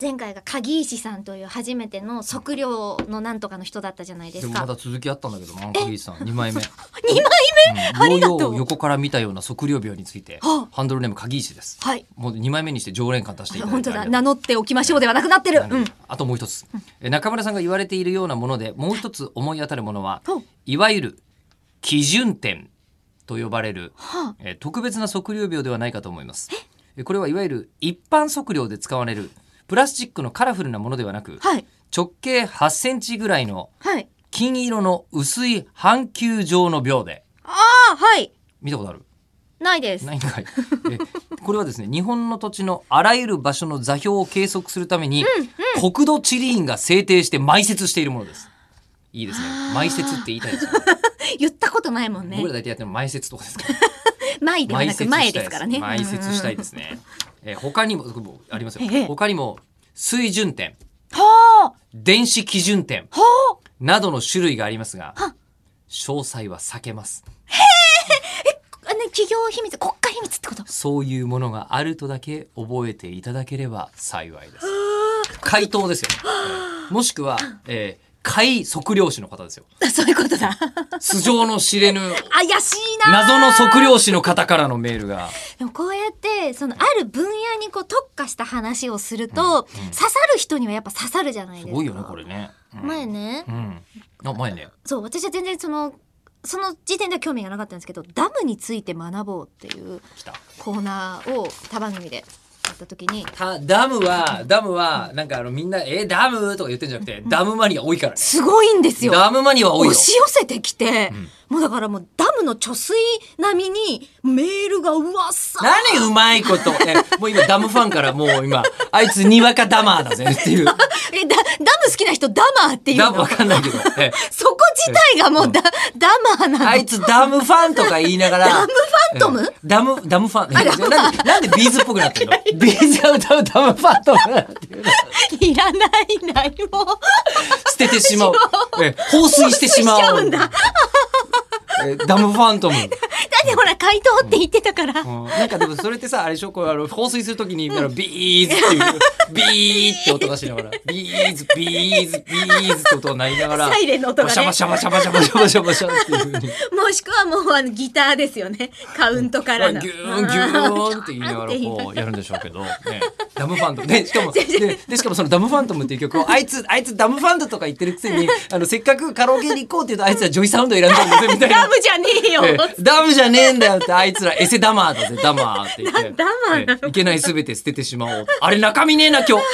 前回が鍵石さんという初めての測量のなんとかの人だったじゃないでですもまかだ続きあったんだけどな鍵石さん2枚 目2あ枚り目がとうヨーヨーを横から見たような測量病についてはハンドルネーム鍵石ですはいもう2枚目にして常連感出していただ本い当てあだり名が乗っておきましょうではなくなってるとううんあともう一つえ中村さんが言われているようなものでもう一つ思い当たるものはほういわゆる基準点と呼ばれるはあえー特別な測量病ではないかと思いますえこれはいわゆる一般測量で使われるプラスチックのカラフルなものではなくはい直径8センチぐらいのはい金色の薄い半球状の秒であはい見たことあるないですない んかいえこれはですね日本の土地のあらゆる場所の座標を計測するために、国土地理院が制定して埋設しているものですいいですねあー埋設って言いたいですよ、言ったことないもん ね僕ら大体やってるの埋設とかですから 前では埋なく設したい前ですからね埋設したいですすね、えー他にも僕もありますよ、ええ他にも水準点は電子基準点あはあなどの種類がありますがは詳細は避けますあね企業秘密国家秘密ってこと そういうものがあるとだけ覚えていただければ幸いです。回答ですよ。えーもしくは、えー、解測量士の方ですよ。あそういうことだ素性の 知れぬ怪しいな謎の測量士の方からのメールが。でもこうやってそのある分野にこう特化した話をすると、うんうん刺さる人にはやっぱ刺さるじゃないですすか。ごいよね、これね。うん前。ね、うん。あ、前ね。そう私は全然そのその時点では興味がなかったんですけどダムについて学ぼうっていう来た。コーナーを他番組でやった時にたダムは、ダムは、なんかあのみんな、えー、ダムとか言ってんじゃなくて、ダムマニア多いからね。すごいんですよ。ダムマニアは多いよ押。し寄せてきて、うんもうだからもうダムの貯水並みにメールがうわっさ何うまいこと。えもう今ダムファンからもう今、あいつにわかダマーだぜっていう。 えだダム好きな人ダマーっていうダのムわかんないけど。えそこ自体がもうダ,、ダマーなのあいつダムファンとか言いながら。ダムファントムダム、ダムファン。なんでなんでビーズっぽくなってるのビーズが歌うダムファントムっていうのいらない何も。捨てて しまう。え放水してしま放水しちゃううんだ。えダムファントム。だってほら回答って言ってたから。うんなんかでもそれってさ、あれでしょこうあの放水するときに、あのビーズっていう、ビーって音がしながら、ビーズ、ビーズ、ビーズって音が鳴りながら、サイレンの音がねシャバシャバシャバシャバシャバシャバシャっていうふうに。 もしくはもうあのギターですよね。カウントからの。ギューンギューンって言いながらこうやるんでしょう けど、ね、ダムファントムでしかもででしかもそのダムファントムっていう曲をあいつあいつダムファンドとか言ってるくせにあのせっかくカラオケに行こうって言うとあいつはジョイサウンド選んだんだぜみたいダな。ムじゃねえよ。ええダムじゃねえんだよってあいつらエセダマーだぜダマーって言ってダダマーなのええいけないすべて捨ててしまおうあれ中身ねえな今日